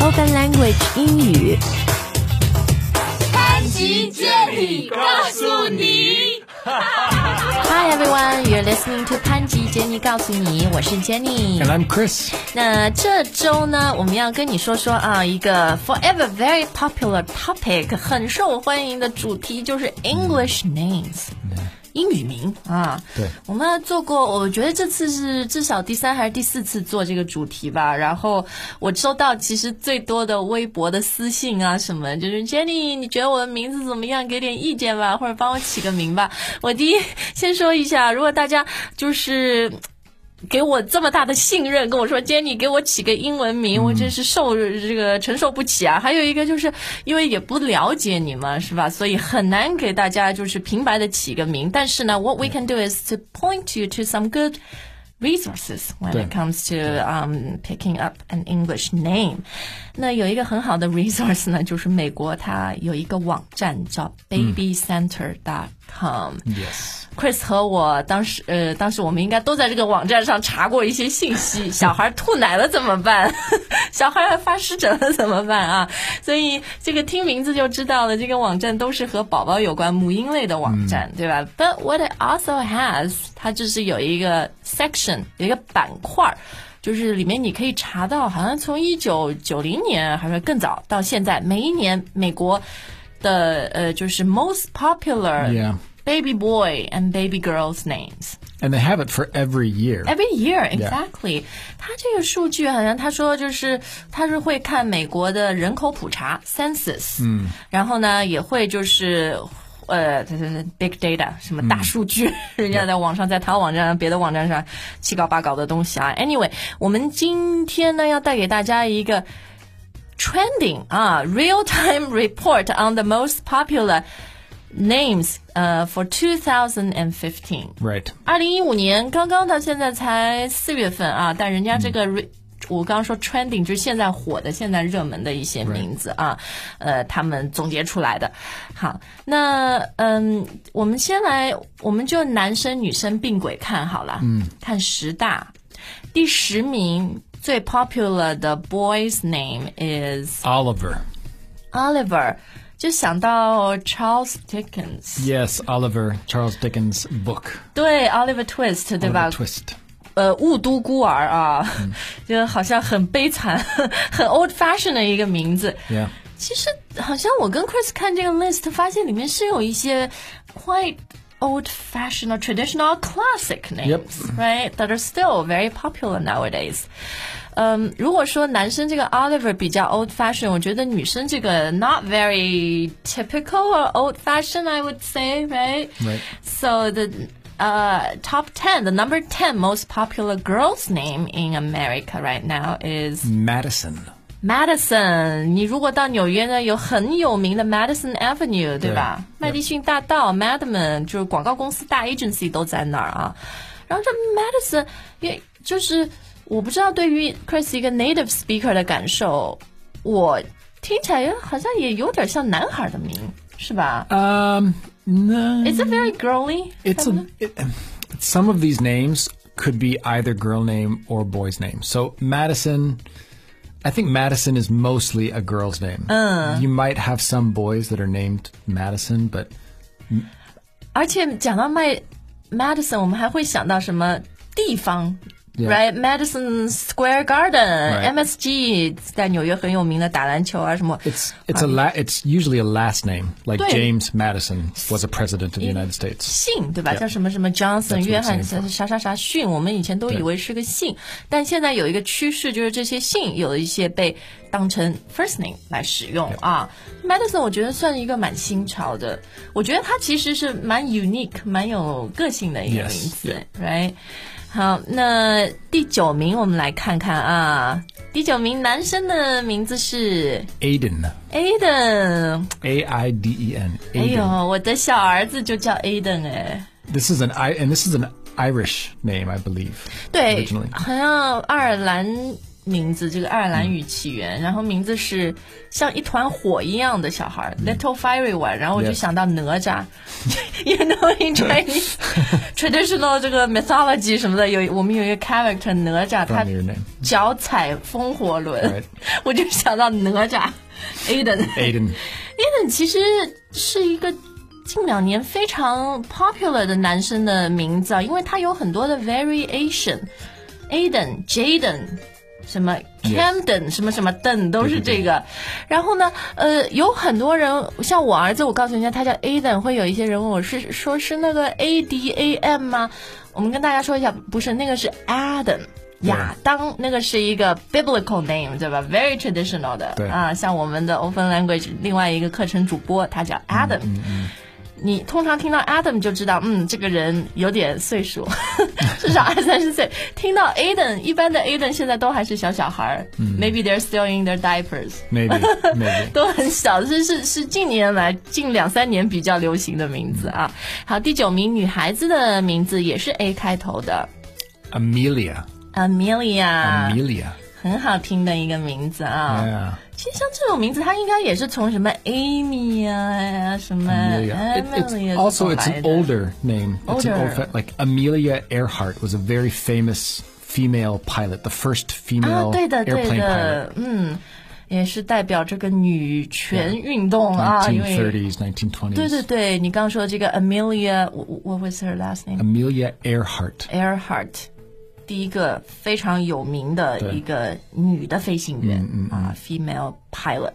Modern Language 英语。潘吉接力告诉你， Hi everyone, you're listening to 潘吉杰尼告诉你，我是 Jenny And。I'm Chris. 那这周呢，我们要跟你说说啊，一个 forever very popular topic，很受欢迎的主题就是 English names。英语名啊，对我们还做过，我觉得这次是至少第三还是第四次做这个主题吧。然后我收到其实最多的微博的私信啊，什么就是 Jenny，你觉得我的名字怎么样？给点意见吧，或者帮我起个名吧。我第一 先说一下，如果大家就是给我这么大的信任，跟我说 Jenny 给我起个英文名，嗯我真是受这个承受不起啊！还有一个就是因为也不了解你们是吧，所以很难给大家就是平白的起个名。但是呢，what we can do is to point you to some good resources when 对 it comes to um picking up an English name。那有一个很好的 resource 呢，就是美国它有一个网站叫嗯 babycenter.com。 Yes. Chris 和我当时，呃，当时我们应该都在这个网站上查过一些信息。小孩吐奶了怎么办？ 小孩发湿疹了怎么办啊？所以这个听名字就知道了，这个网站都是和宝宝有关母婴类的网站，对吧？But what it also has，它就是有一个 section，有一个板块儿。就是里面你可以查到，好像从一九九零年还是更早到现在，每一年美国的呃就是 most popular Yeah. baby boy and baby girl's names And they have it for every year. every year exactly。他这个数据好像他说就是他是会看美国的人口普查 census，嗯，然后呢也会就是。呃，它就是 big data 什么大数据，人家在网上，在他网站上、别的网站上七搞八搞的东西啊。Anyway，我们今天呢要带给大家一个 trending 啊，real-time report on the most popular names 呃 for 2015。 Right. 二零一五年刚刚到现在才四月份啊，但人家这个 re,、我刚刚说 trending 就是现在火的、现在热门的一些名字啊呃，他们总结出来的。好，那嗯，我们先来，我们就男生女生并轨看好了，嗯，看十大，第十名最 popular 的 boy's name is Oliver. Oliver，就想到 Charles Dickens，、 Yes, Oliver. Charles Dickens' book. 对 Oliver Twist 对 Oliver 吧？ Twist. 呃雾都孤儿啊， 就好像很悲惨、 很 old fashion 的一个名字。 Yeah. 其实好像我跟 Chris 看这个 list，发现里面是有一些 quite old fashioned or traditional classic Yep. names, right? That are still very popular nowadays. 嗯，如果说男生这个 Oliver 比较 old fashion，我觉得女生这个 not very typical or old fashioned, I would say, right? Right. So the uh, top 10, the number 10 most popular girl's name in America right now is Madison. Madison。你如果到纽约呢，有很有名的 Madison Avenue，对吧？对麦迪逊大道 Madman 就是广告公司大 agency 都在那儿啊。然后这 Madison 也就是我不知道对于 Chris 一个 native speaker 的感受，我听起来好像也有点像男孩的名，是吧、 Um, no. i t s a very girly。 It's a. It, some of these names could be either girl name or boy's name. So Madison. I think Madison is mostly a girl's name. You might have some boys that are named Madison, but 而且讲到麦 Madison，我们还会想到什么地方 Yeah. r i g h t Madison Square Garden、 Right. MSG，在纽约很有名的打篮球啊什么。 It's it's a la- it's usually a last name. Like Right. James Madison was a president of the United States. 姓对吧 Yeah. 叫什么什么 That's Johnson、 what 约翰 it's named 啥啥啥逊，我们以前都对以为是个姓，但现在有一个趋势，就是这些姓有一些被当成 first name 来使用啊。Madison 我觉得算一个蛮新潮的，我觉得它其实是蛮 unique、蛮有个性的一个名 Yes, 字 yeah. ，right？好，那第九名我们来看看啊，第九名男生的名字是 Aiden. Aiden， A I D E N. 哎 Aiden. 呦，我的小儿子就叫 Aiden 哎。 This is an I and this is an Irish name, I believe. 对 originally.，好像爱尔兰名字，这个爱尔兰语起嗯源，然后名字是像一团火一样的小孩儿、l 嗯 i t t l e fiery one，然后我就 Yeah 想到哪吒 ，you know in Chinese traditional 这个 mythology 什么的，有我们有一个 character 哪吒，他 Familiar name 脚踩风火轮 Right 我就想到哪吒，Aiden。 Aiden. Aiden 其实是一个近两年非常 popular 的男生的名字啊，因为他有很多的 variation。Aiden、Jaden，什么 Camden，什么什么 Den 都是这个。然后呢，呃，有很多人像我儿子，我告诉人家他叫 Aiden，会有一些人问我是说是那个 A D A M 吗？我们跟大家说一下，不是那个是 Adam。亚当那个是一个 biblical name，对吧？Very traditional 的对啊，像我们的 Open Language 另外一个课程主播，他叫 Adam。你通常听到 Adam 就知道，嗯，这个人有点岁数， 至少二三十岁。听到 Aiden，一般的 Aiden 现在都还是小小孩儿、m a y b e they're still in their diapers， Maybe. Maybe. 都很小，这是是近年来近两三年比较流行的名字啊。好，第九名女孩子的名字也是 A 开头的 Amelia. ，Amelia， Amelia. 很好听的一个名字啊。 Yeah. 其实像这种名字，它应该也是从什么 Amy 啊、什么 Amelia. It- it's Emily 啊这 also 种 it's 来 an 的 older name. It's Older. an old fa- like Amelia Earhart was a very famous female pilot, the first 啊， female 对的，对 airplane pilot. 的，嗯，也是代表这个女权运动啊，因为 1930s, 1920s. Ah, 对对对，你刚说这个 Amelia，我我 what was her last name？ Amelia Earhart. Earhart，第一个非常有名的对嗯一个女的飞行员啊，female pilot。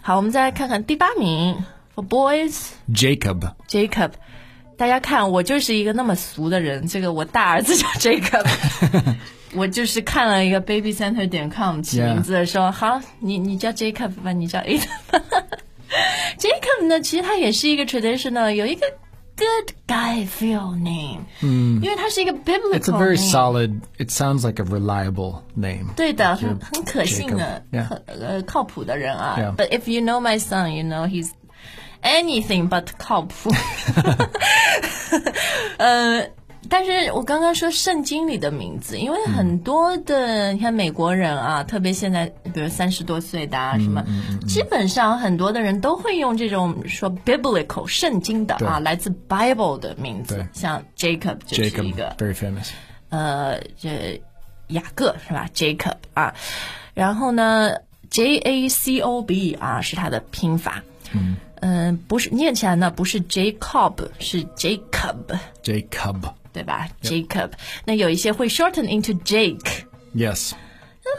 好，我们再来看看第八名，For Boys Jacob. Jacob。大家看，我就是一个那么俗的人。这个我大儿子叫 Jacob，我就是看了一个 Baby Center 点 com 起名字说好，你你叫 Jacob 吧，你叫 Aiden 吧。Jacob 呢，其实他也是一个 traditional，有一个 good guy feel name，嗯，因为他是一个 biblical It's a very name solid. It sounds like a reliable name. 对的， Thank you. 很很可信的， Jacob. Yeah. 很呃靠谱的人啊。 Yeah. But if you know my son, you know he's anything but 靠谱。 呃，但是我刚刚说圣经里的名字，因为很多的、你看美国人嗯啊，特别现在比如三十多岁的啊、什么，基本上很多的人都会用这种说 biblical 圣经的啊，对来自 Bible 的名字对，像 Jacob 就是一 Jacob, 个 very famous. 呃，这雅各是吧？Jacob 啊，然后呢，J A C O B 啊是它的拼法。嗯、不是念起来呢，不是 Jacob，是 Jacob， Jacob. 对吧？Jacob。那有一些会 shorten into Jake。 Yes.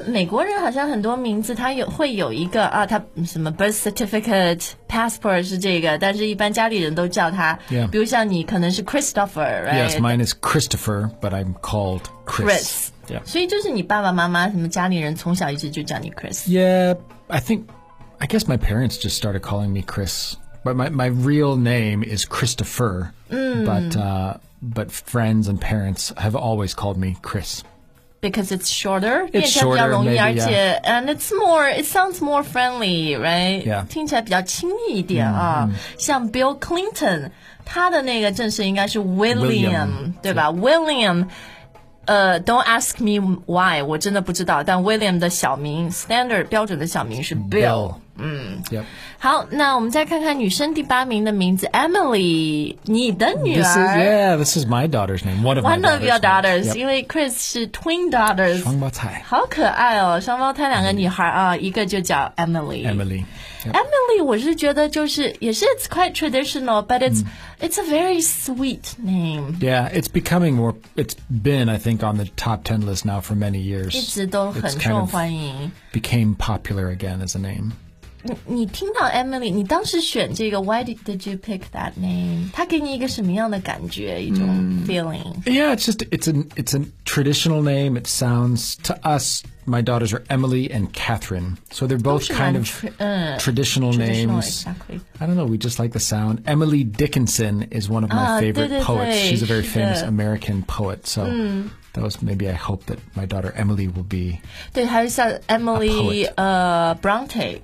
美国人好像很多名字，他有会有一个啊，他什么 birth certificate、passport 是这个，但是一般家里人都叫他 Yeah 比如像你可能是 Christopher，right？ Yes, mine is Christopher, but I'm called Chris. Chris Yeah. 所以就是你爸爸妈妈什么家里人从小一直就叫你 Chris。 Yeah, I think I guess my parents just started calling me Chris. But my, my real name is Christopher. Mm. But uh, but friends and parents have always called me Chris. because it's shorter，念 It's 起来比较 shorter, 容易， maybe, 而且 and it's more it sounds more friendly, right？ Yeah. 嗯听起来比较亲密一点啊。像 Bill Clinton，他的那个正式应该是 William， William，对吧？William。呃、d o n t ask me why，我真的不知道。但 William 的小名，standard 标准的小名是 Bill。Mm. Yep. 好，那我们再看看女生第八名的名字 Emily，你的女 This is 儿 yeah, this is my daughter's name. One of ，one my of your daughters，、daughters. names. Yep. 因为 Chris 是 twin daughters，双胞胎，好可爱哦，双胞胎两个女孩啊，一个就叫 Emily。 Emily. Yep. Emily，我是觉得就是也是 it's quite traditional，but Mm. it's、it's a very sweet name， Yeah, it's becoming more. It's been, I think, on the top ten list now for many years. 一直都很 It's 受 kind 欢 of 迎。 became popular again as a name. 你听到 Emily，你当时选这个 Why did did you pick that name？它给你一个什么样的感觉？一种 Mm. feeling？、 Yeah, it's just it's an it's a traditional name. It sounds to us. My daughters are Emily and Catherine, so they're both 是 kind 蛮 of tra- 嗯 traditional, uh, traditional, names. exactly. I don't know. We just like the sound. Emily Dickinson is one of my Ah, 对，对，favorite 对， poets. She's a very 是的。 famous American poet. So Hmm. that was maybe I hope that my daughter Emily will be 对，还有像 Emily poet 呃 Bronte，right？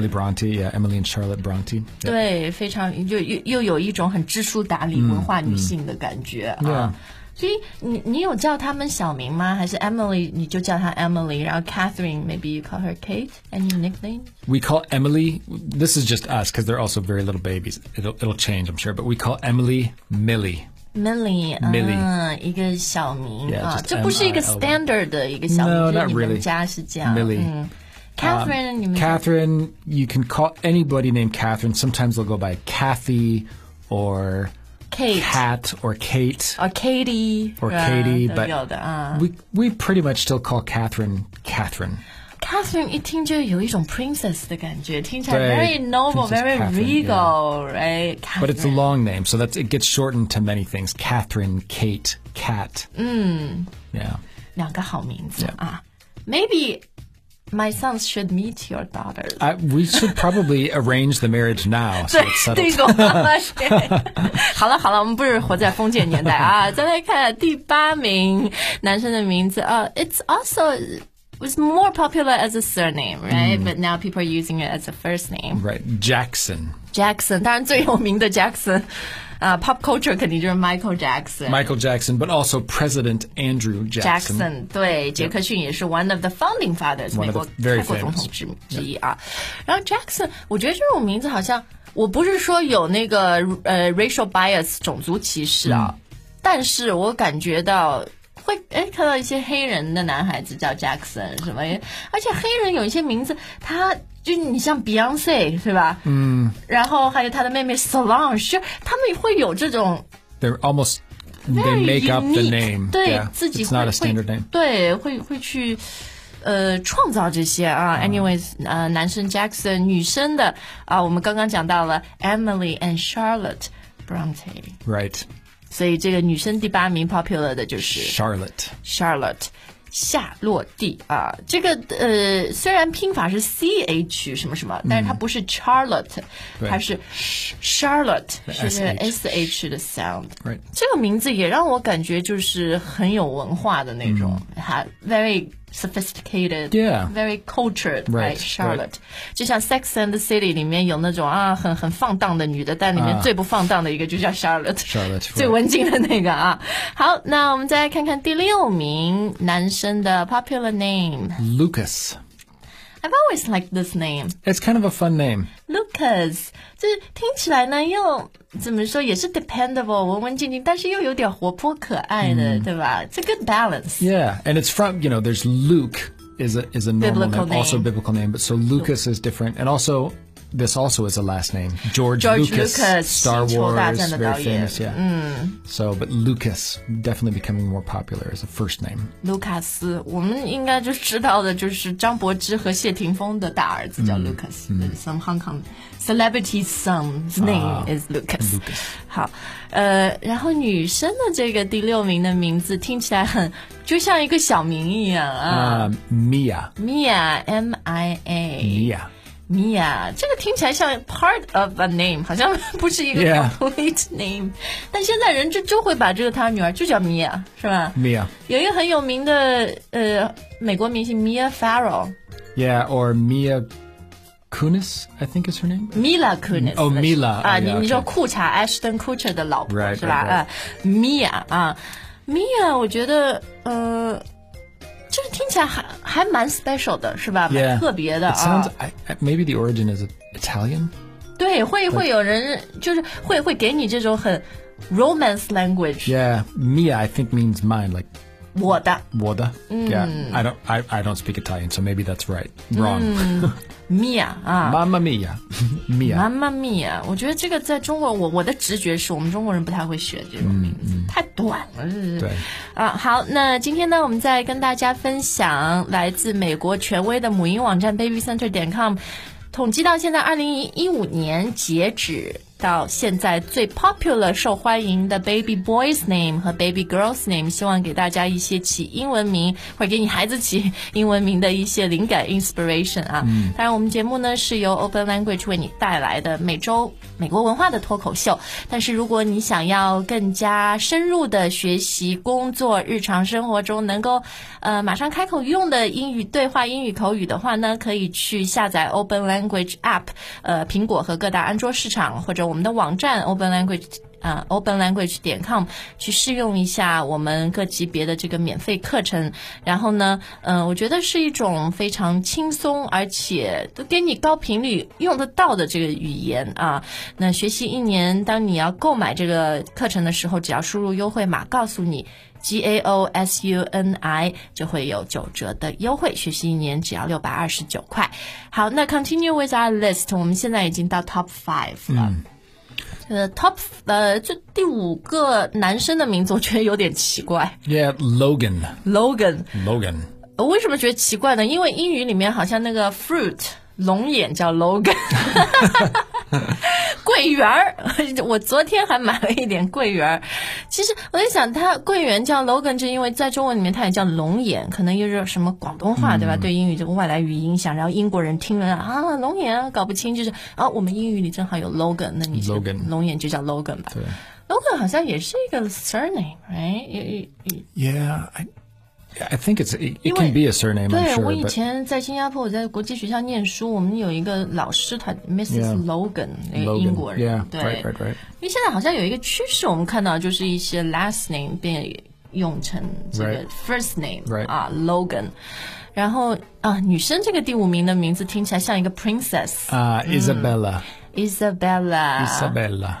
Emily Bronte. Yeah, Emily and Charlotte Bronte. Yeah. 嗯对，非常就又又有一种很知书达理、文化女性的感觉啊。所以你你有叫他们小名吗？还是 Emily 你就叫她 Emily，然后 Catherine maybe you call her Kate? Any nickname? We call Emily, this is just us because they're also very little babies. It'll, it'll change, I'm sure. But we call Emily Millie. Millie， Millie 嗯，一个小名 Yeah, 啊， just 这不是一个 M-I-L-Y standard 的一个小名 No, 就是 not 你们 E really. 家是这样。 Millie Uh，嗯 Catherine，你们 Catherine, you can call anybody named Catherine. Sometimes they'll go by Kathy or Kate Kat or Kate 啊 Katie or 是吧 Katie. 都 But 有的啊。 we, we pretty much still call Catherine Catherine. Catherine 一听就有一种 princess 的感觉，听起来对 very noble, Princess very Catherine， regal，right？ But it's a long name, so that's it gets shortened to many things. Catherine, Kate, Cat. Yeah. 两个好名字 Yeah. 啊。Maybe my sons should meet your daughters. I, we should probably arrange the marriage now so 对 对 it's settled. 狗妈妈是。 好了好了，我们不是活在封建年代啊！再来看第八名男生的名字啊、i t s also was more popular as a surname, right? But now people are using it as a first name. Right. Jackson. Jackson，当然最有名的 Jackson 啊、p o p culture 肯定就是 Michael Jackson。 Michael Jackson, but also President Andrew Jackson. Jackson，对，杰克逊也是 one of the founding fathers， One 美 of 国 the very 开国总统 famous. 之之一啊。然后 Jackson，我觉得这种名字好像，我不是说有那个呃 racial bias 种族歧视啊，嗯但是我感觉到。会哎，看到一些黑人的男孩子叫 Jackson 什么，而且黑人有一些名字，他就你像 Beyonce 是吧？嗯，然后还有他的妹妹 Solange，他们会有这种 They're almost very they make up the unique，name. 对 yeah. 自己 It's 会 not 会 a standard name. 对，会会去呃创造这些啊。Anyways，呃，嗯男生 Jackson，女生的啊，我们刚刚讲到了 Emily and Charlotte Bronte， Right. 所以这个女生第八名 popular 的就是 Charlotte. Charlotte。夏洛蒂啊，这个呃，虽然拼法是 C H 什么什么，但是它不是 Charlotte，、对它是 Charlotte，是这个 S SH H 的 sound。 Right. 这个名字也让我感觉就是很有文化的那种，哈、v e r y sophisticated， Yeah. very cultured， Right, right, Charlotte，、就像《Sex and the City》里面有那种啊很很放荡的女的，但里面啊最不放荡的一个就叫 Charlotte，, Charlotte， 最 right 文静的那个啊。好，那我们再来看看第六名男生的 popular name。 Lucas. I've always liked this name。 It's kind of a fun name. Lucas，就是听起来呢，又怎么说也是 dependable，文文静静，但是又有点活泼可爱的，嗯对吧？这个 balance。 Yeah, and it's from you know. There's Luke is a is a normal Biblical name, also name. biblical name, but so Lucas is different, and also this also is a last name, George, George Lucas, Star 星球大战的导演。 Wars, very famous, yeah. Mm. So, but Lucas definitely becoming more popular as a first name. 卢卡斯，我们应该就知道的就是张柏芝和谢霆锋的大儿子叫 Lucas，对 some Hong Kong celebrity son's name is Lucas。好，呃，然后女生的这个第六名的名字听起来很就像一个小名一样啊 Um, Mia, ，Mia M I A。 Mia, Mia，这个听起来像 part of a name，好像不是一个 Yeah. complete name。但现在人就就会把这个他女儿就叫 Mia，是吧？ Mia, 有一个很有名的呃美国明星 Mia Farrow，Mila yeah, or Mia Kunis, I think is her name. Kunis 哦那是 Mila，啊，哎你呀你说 OK 裤衩 Ashton Kutcher 的老婆 Right, 是吧？ right, right 啊，Mia 啊，Mia，我觉得呃。就是听起来还还蛮 special 的，是吧？蛮 Yeah, 特别的 It 啊 sounds。I, I- maybe the origin is Italian. 对，会会有人就是会会给你这种很 romance language，、 Yeah, Mia I think means mine, like 我的 Woda. Yeah, I don't I, I don't speak Italian, so maybe that's right. Wrong. Mia 啊。 Mamma mia, mia. 妈妈咪呀！我觉得这个在中国，我我的直觉是我们中国人不太会学这嗯种名字，太短了，是不是？对，啊，好，那今天呢，我们再跟大家分享来自美国权威的母婴网站 babycenter 点 com 统计到现在二零一五年截止到现在最 popular 受欢迎的 baby boys name 和 baby girls name，希望给大家一些起英文名或者给你孩子起英文名的一些灵感 inspiration 啊。当然，我们节目呢是由 Open Language 为你带来的每周美国文化的脱口秀。但是如果你想要更加深入的学习工作日常生活中能够呃马上开口用的英语对话、英语口语的话呢，可以去下载 Open Language App，呃，苹果和各大安卓市场或者我们的网站 Open Language。啊、open language 点 com 去试用一下我们各级别的这个免费课程。然后呢，嗯、我觉得是一种非常轻松而且都给你高频率用得到的这个语言啊。那学习一年，当你要购买这个课程的时候，只要输入优惠码，告诉你。G A O S U N I 就会有九折的优惠，学习一年只要六百二十九块。好，那 continue with our list，我们现在已经到 top five 了。呃，top 呃，就第五个男生的名字，我觉得有点奇怪 Yeah, Logan. ，Logan。 Logan. 我为什么觉得奇怪呢？因为英语里面好像那个 fruit 龙眼叫 Logan，桂圆儿。 我昨天还买了一点桂圆儿。其实我在想，它桂圆叫 Logan，就因为在中文里面它也叫龙眼，可能又是什么广东话对吧？对英语这个外来语影响，然后英国人听了啊龙眼啊搞不清，就是啊我们英语里正好有 Logan，那你就 Logan 龙眼就叫 Logan 吧。Logan 好像也是一个 surname，right？也也也 Yeah, I, I think it's it, it 因为- can be a surname. 对 I'm 我 sure, 以 but 前在新加坡，我在国际学校念书，我们有一个老师，他 Mrs. Yeah. Logan，那个 Logan. 英国人 Yeah, 对 right, right, right. 因为现在好像有一个趋势，我们看到就是一些 last name 变用成这个 Right. first name、 Right. 啊 Logan，然后啊，女生这个第五名的名字听起来像一个 princess、 Uh, Isabella. Isabella， Isabella.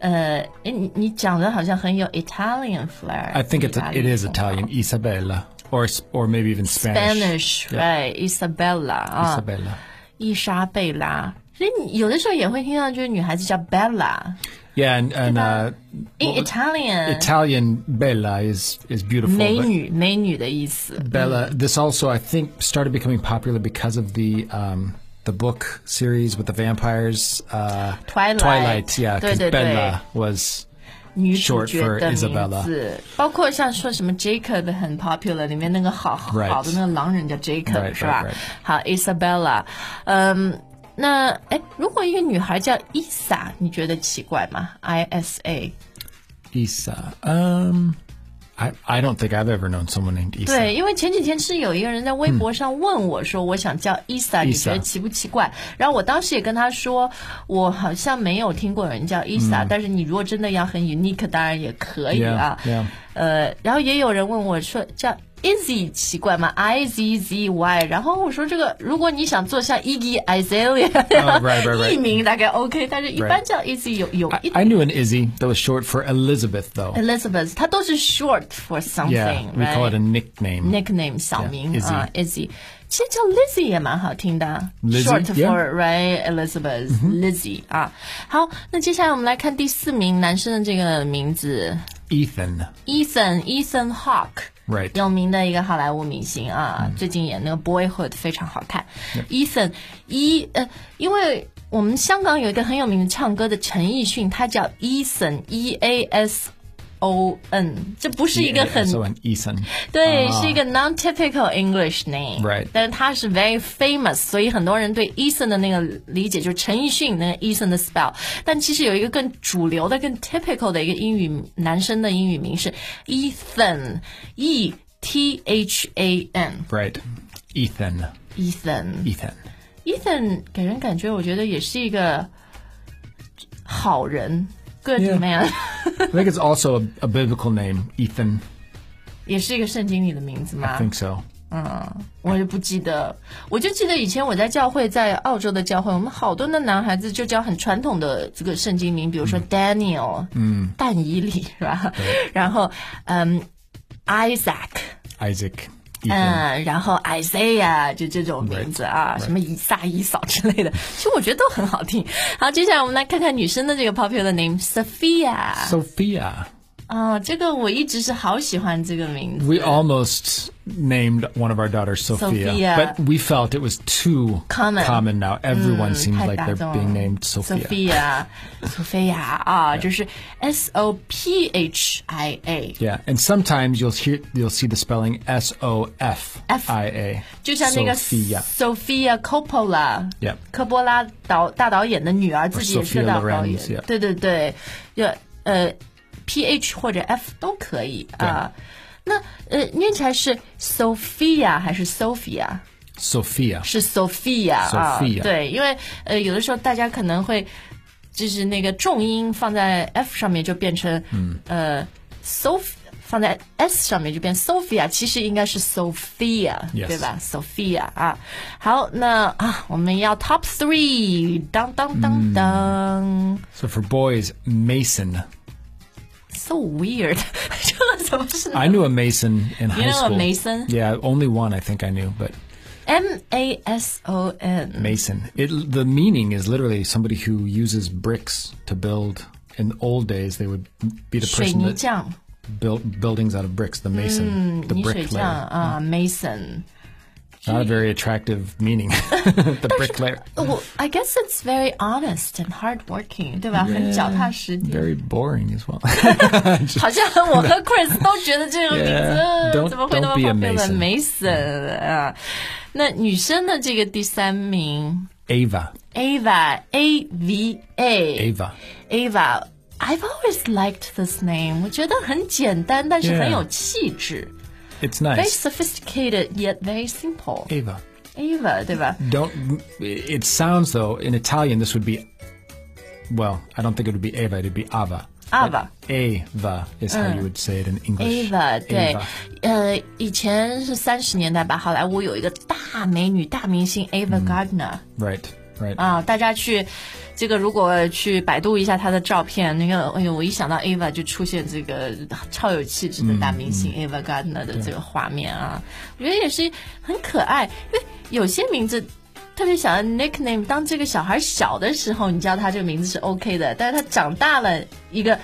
呃，哎，你你讲的好像很有 Italian flair， I think it's 意大利 it is 风 Italian. Isabella, or s- or maybe even Spanish. Spanish，right？Isabella 啊 Isabella. 伊莎贝拉。所以你有的时候也会听到，就是女孩子叫 Bella。 Yeah, and, and uh, In well, Italian， Italian Bella is is beautiful. 美 but 女，美女的意思。 Bella. This also I think started becoming popular because of the um, the book series with the vampires. Uh, Twilight. Twilight. Yeah, 'cause 对，对，对。 Bella was. 女主 Short 角 for 的名 Isabella 字，包括像说什么 Jacob 很 popular，里面那个好好 Right. 好的那个狼人叫 Jacob、 Right, 是吧 right, right. 好，Isabella，嗯，那哎，如果一个女孩叫 Isa，你觉得奇怪吗？I S A， Isa. Um, I, I don't think I've ever known someone named Isa. 对，因为前几天是有一个人在微嗯博上问我说，我想叫 Isa，你 Isa 觉得奇不奇怪？然后我当时也跟他说，我好像没有听过有人叫嗯 Isa，、但是你如果真的要很 unique，当然也可以 Yeah, 啊。 yeah. 呃，然后也有人问我说叫 Izzy 奇怪吗？I Z Z Y。然后我说这个，如果你想做像 Iggy Oh, right, right, Azalea 艺 right. 名大概 OK，但是一 Right. 般叫 Izzy 有有 I, 一 I knew an Izzy that was short for Elizabeth, though. Elizabeth，它都是 short for yeah, something， we right？call it a nickname. nickname 小名 Izzy 啊，Izzy，其实叫 Lizzy 也蛮好听的啊 Lizzy， ，short yeah Mm-hmm for Ray Elizabeth Lizzy 啊。好，那接下来我们来看第四名男生的这个名字 Ethan. Ethan Ethan Hawke。 Right. Mm 有名的一个好莱坞明星啊，最近演那个《Boyhood》非常好看。Ethan 一呃，因为我们香港有一个很有名的唱歌的陈奕迅，他叫 Ethan E A S O N，这不是一个很 So an Ethan. 对，啊是一个 non-typical English name。 Right 但是他是 very famous，所以很多人对 Eason 的那个理解就是陈奕迅那个 Eason 的 spell。但其实有一个更主流的、更 typical 的一个英语男生的英语名是 Ethan，E T H A N，Ethan。 Right. Ethan. Ethan. Ethan 给人感觉，我觉得也是一个好人，good Yeah man， I think it's also a, a biblical name, Ethan. 也是一个圣经里的名字吗 I think so. 我也不记得，我就记得以前我在教会，在澳洲的教会，我们好多的男孩子就叫很传统的这个圣经名，比如说 Daniel，嗯，但以理是吧？然后嗯，Isaac， Isaac. Ethan. 嗯，然后 Isaiah 就这种名字啊，什么以撒、以扫之类的，其实我觉得都很好听。好，接下来我们来看看女生的这个 popular name Sophia， Sophia. 哦，这个我一直是好喜欢这个名字。 We almost named one of our daughters Sophia, Sophia. but we felt it was too Common. now. Everyone 嗯 seems 太 like 大 they're 众 being named Sophia. Sophia，索菲亚啊，就是 S O P H I A， Yeah, and sometimes you'll hear you'll see the spelling S O F I A. 就像那个 Sophia. Sophia Coppola， Yeah 科波拉导大导演的女儿，自己也是个 Sophia 大导 Lorenz, yeah 演，对对对，就呃 P H 或者 F 都可以啊。那呃，念起来是 Sophia 还是 Sophia？ Sophia. 是 Sophia 啊， Sophia 对，因为呃，有的时候大家可能会就是那个重音放在 F 上面就变成、嗯呃 Soph，放在 S 上面就变 Sophia，其实应该是 Sophia，、 Yes 对吧？Sophia 啊，好，那啊，我们要 Top Three，当当嗯当当、 So for boys, Mason. s o weird，这 怎么是 I knew a Mason in know high a school. Mason? Yeah, only one I think I knew, but M A S O N？ Mason. It the meaning is literally somebody who uses bricks to build. In the old days, they would be the 水 person 泥 that 匠， built buildings out of bricks. The mason, the 嗯泥水匠 bricklayer. 啊，Mason。 Not a very attractive meaning. the bricklayer. Well, I guess it's very honest and hardworking，对吧？很脚踏实地。 Very boring as well. 好像我和 Chris 都觉得这个名 Yeah, 字 don't- 怎么会那么 don't be a 方便了 Mason 没死啊？那女生的这个第三名 Ava. Ava A V A Ava. Ava。I've always liked this name，我觉得很简单，但是 Yeah. 很有气质 It's very nice. sophisticated yet very simple。 Ava. Ava，对吧？ Don't. It sounds though in Italian this would be. Well, I don't think it would be Ava. It'd be Ava. Ava But Ava is how you would say it in English. Ava，对 Ava. 呃，以前是三十年代吧，好莱坞有一个大美女大明星 Ava Gardner，、 Right. Right. 啊，大家去这个如果去百度一下她的照片，那个哎呦，我一想到 Ava 就出现这个超有气质的大明星 Ava Gardner 的这个画面啊，我觉得也是很可爱，因为有些名字。特别想要 nickname，当这个小孩小的时候，你叫他这个名字是 OK 的，但是他长大了，一个，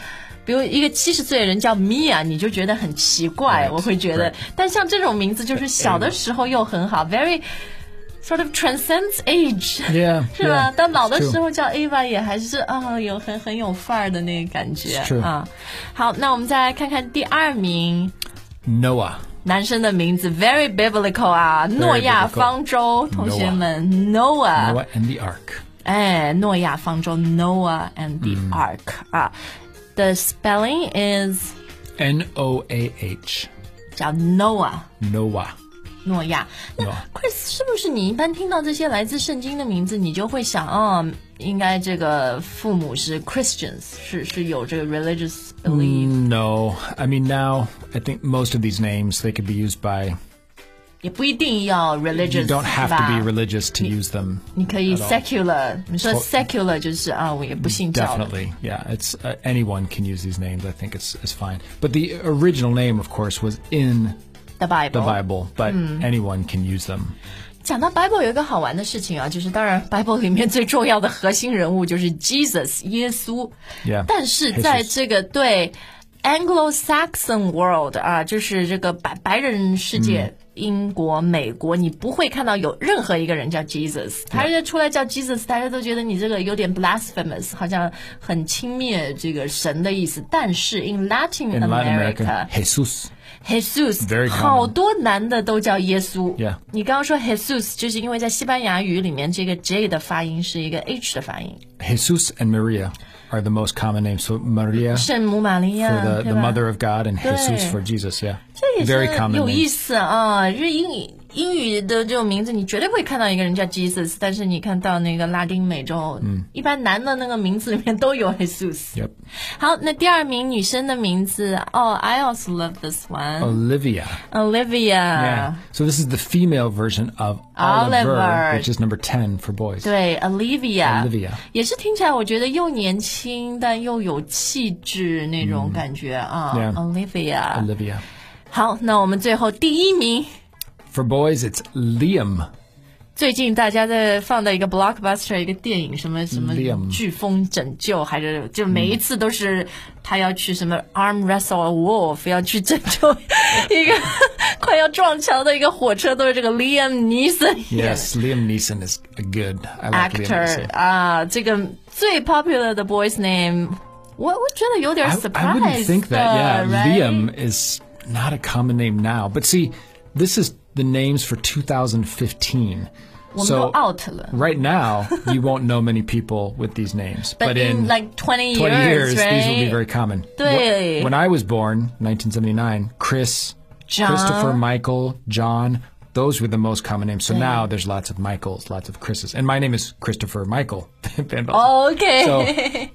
比如一个七十岁的人叫 Mia，你就觉得很奇怪 Right，我会觉得 right。但像这种名字，就是小的时候又很好，very sort of transcends age。 Yeah. 是吧 yeah,？到老 it's 的 true. 时候叫 Ava 也还是啊、有很很有范儿的那个感觉 It's true. 啊。好，那我们再来看看第二名 Noah. 男生的名字，very biblical 啊，诺亚 biblical 方舟同学们 Noah， Noah and the Ark. 哎，诺亚方舟 Noah and the Ark 啊，the spelling is N O A H. 叫 Noah。 Noah. 诺亚。那 Noah Chris 是不是你一般听到这些来自圣经的名字，你就会想，哦，应该这个父母是 Christians，是是有这个 religious 嗯 belief，、 No, I mean now I think most of these names they could be used by. 也不一定要 religious， You don't 是 have to 吧 be religious to use them. 你可以 at all secular，你说 So- secular 就是啊，我也不信教的。 Definitely, yeah. It's uh, anyone can use these names. I think it's it's fine. But the original name, of course, was in The Bible，, the Bible, but anyone can use them. 讲到 Bible 有一个好玩的事情啊，就是当然 Bible 里面最重要的核心人物就是 Jesus 耶稣 Yeah，但是在 Jesus 这个对 Anglo-Saxon world 啊，就是这个白白人世界。英国、美国，你不会看到有任何一个人叫 Jesus，他这出来叫 Jesus，大家都觉得你这个有点 blasphemous，好像很轻蔑这个神的意思。但是 in Latin In Latin America America, Jesus. Jesus， Very common. 好多男的都叫耶稣。 Yeah. 你刚刚说 Jesus，就是因为在西班牙语里面，这个 J 的发音是一个 H 的发音。 Jesus and Maria are the most common names. So Maria 圣母玛利 for 亚， the, 对 the 吧 mother of God and Jesus Yeah. for Jesus. Yeah, 这也 very 是 common. 有意 names. 思啊！就是英语英语的这种名字，你绝对会看到一个人叫 Jesus，但是你看到那个拉丁美洲，一般男的那个名字里面都有 Jesus。 Yep. 好，那第二名女生的名字，哦、i also love this one，Olivia、 Olivia. Olivia Oh。 Yeah. So this is the female version of Oliver. Oliver, which is number ten for boys. 对，Olivia，, Olivia 也是听起来我觉得又年轻但又有气质那种嗯感觉啊。 Yeah Olivia， Olivia. 好，那我们最后第一名， For boys, it's Liam. 最近大家在放的一个 blockbuster 一个电影，什么什么 Liam 飓风拯救，还是就每一次都是他要去什么 arm wrestle a wolf，要去拯救一个 快要撞墙的一个火车，都是这个 Liam Neeson 演的。 Yes, Liam Neeson is a good. I like Liam actor Neeson. 啊，这个最 popular 的 boy's name，我我觉得有点 I, surprise。 I wouldn't think that. Yeah, right? Liam is not a common name now. But see, this is the names for 2015. 我们都 out 了。 right now, you won't know many people with these names. But in like twenty 20 years, these will be right? very common. Dui. Wh- When I was born, 1979, Chris, John. Christopher, Michael, John, Those were the most common names. So now there's lots of Michaels, lots of Chris's. And my name is Christopher Michael Van Velden. OK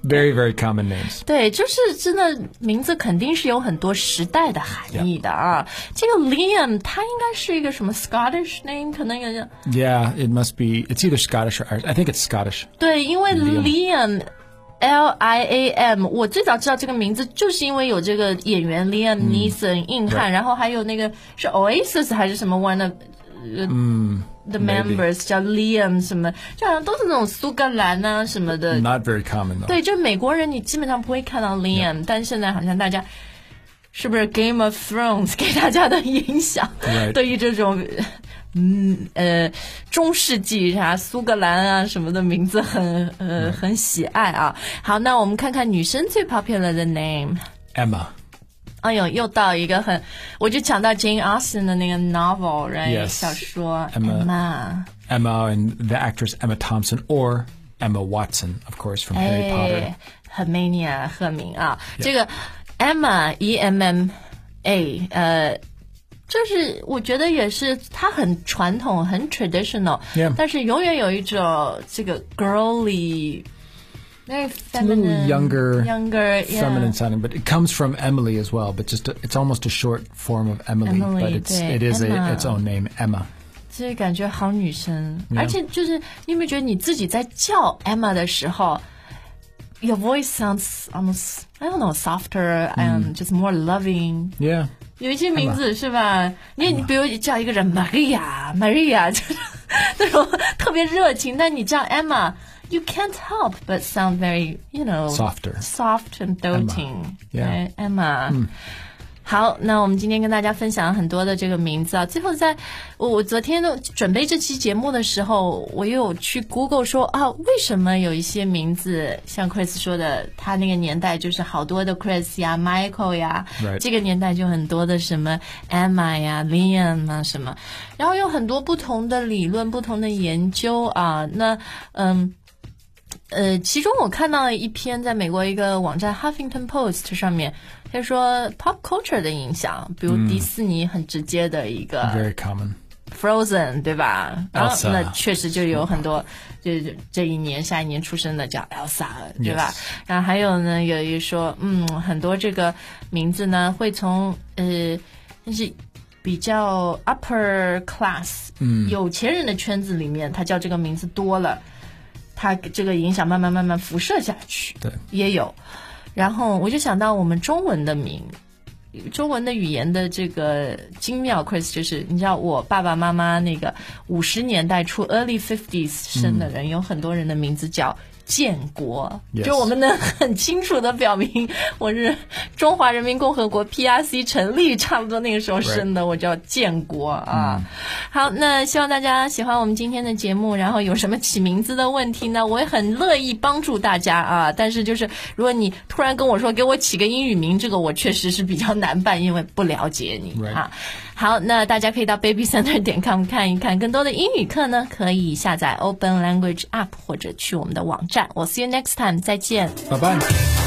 So very, very common names. 对，就是真的名字肯定是有很多时代的含义的啊。这个 Liam 他应该是一个什么 Scottish name，可能有点 Yeah, it must be. It's either Scottish or Irish. I think it's Scottish. 对，因为 Liam。L I A M，我最早知道这个名字就是因为有这个演员 Liam Neeson、硬汉，嗯对然后还有那个是 Oasis 还是什么 one of，嗯，the maybe members 叫 Liam 什么，就好像都是那种苏格兰啊什么的， Not very common, though. 对，就美国人你基本上不会看到 Liam，、但现在好像大家是不是 Game of Thrones 给大家的影响 Right 对于这种嗯呃中世纪啥苏格兰啊什么的名字很呃很喜爱啊。好，那我们看看女生最 popular 的 name。 Emma. 哎呦，又到一个很，我就想到 Jane Austen 的那个 novel，right？、 Yes 小说 Emma Emma Emma and the actress Emma Thompson or Emma Watson, of course, from Harry Potter. 哎，Hermania 赫敏啊，这个 Emma E M M A 呃。就是我觉得也是，它很传统，很 traditional，、 Yeah 但是永远有一种这个 girly，那 feminine younger, younger yeah Feminine sounding, but it comes from Emily as well. But just a, it's almost a short form of Emily, Emily, but it's 对， it is Emma a, its own name, Emma. 就是感觉好女生，而且就是你有没有觉得你自己在叫 Emma 的时候，your voice sounds almost I don't know softer Mm。 and just more loving， Yeah, 有一些名字是吧？你你比如叫一个人 Maria，Maria 就是 那种特别热情，但你叫 Emma，you can't help but sound very you know Softer. soft and doting。 Yeah. 嗯对 Emma。好，那我们今天跟大家分享很多的这个名字啊。最后在，我我昨天呢准备这期节目的时候，我又有去 Google 说啊，为什么有一些名字像 Chris 说的，他那个年代就是好多的 Chris 呀、Michael 呀 Right 这个年代就很多的什么 Emma 呀、Liam 啊什么，然后有很多不同的理论、不同的研究啊。那嗯。呃，其中我看到了一篇在美国一个网站《Huffington Post》上面，他说 pop culture 的影响，比如迪士尼很嗯直接的一个 very common. Frozen，对吧？然后 Elsa 那确实就有很多，就就这一年、下一年出生的叫 Elsa，对吧 Yes 然后还有呢，有一说，嗯，很多这个名字呢会从呃，就是比较 upper class，嗯，有钱人的圈子里面，他叫这个名字多了，他这个影响慢慢慢慢辐射下去，对，也有。然后我就想到我们中文的名，中文的语言的这个精妙，Chris 就是你知道我爸爸妈妈那个五十年代初 early fifties 生的人，有很多人的名字叫。建国 Yes 就我们能很清楚的表明，我是中华人民共和国 PRC 成立差不多那个时候生的，我叫建国啊。好，那希望大家喜欢我们今天的节目，然后有什么起名字的问题呢，我也很乐意帮助大家啊。但是就是如果你突然跟我说给我起个英语名，这个我确实是比较难办，因为不了解你 Right 啊。好，那大家可以到 baby center 点 com 看一看更多的英语课呢，可以下载 Open Language App 或者去我们的网站。我 see you next time，再见。 Bye bye.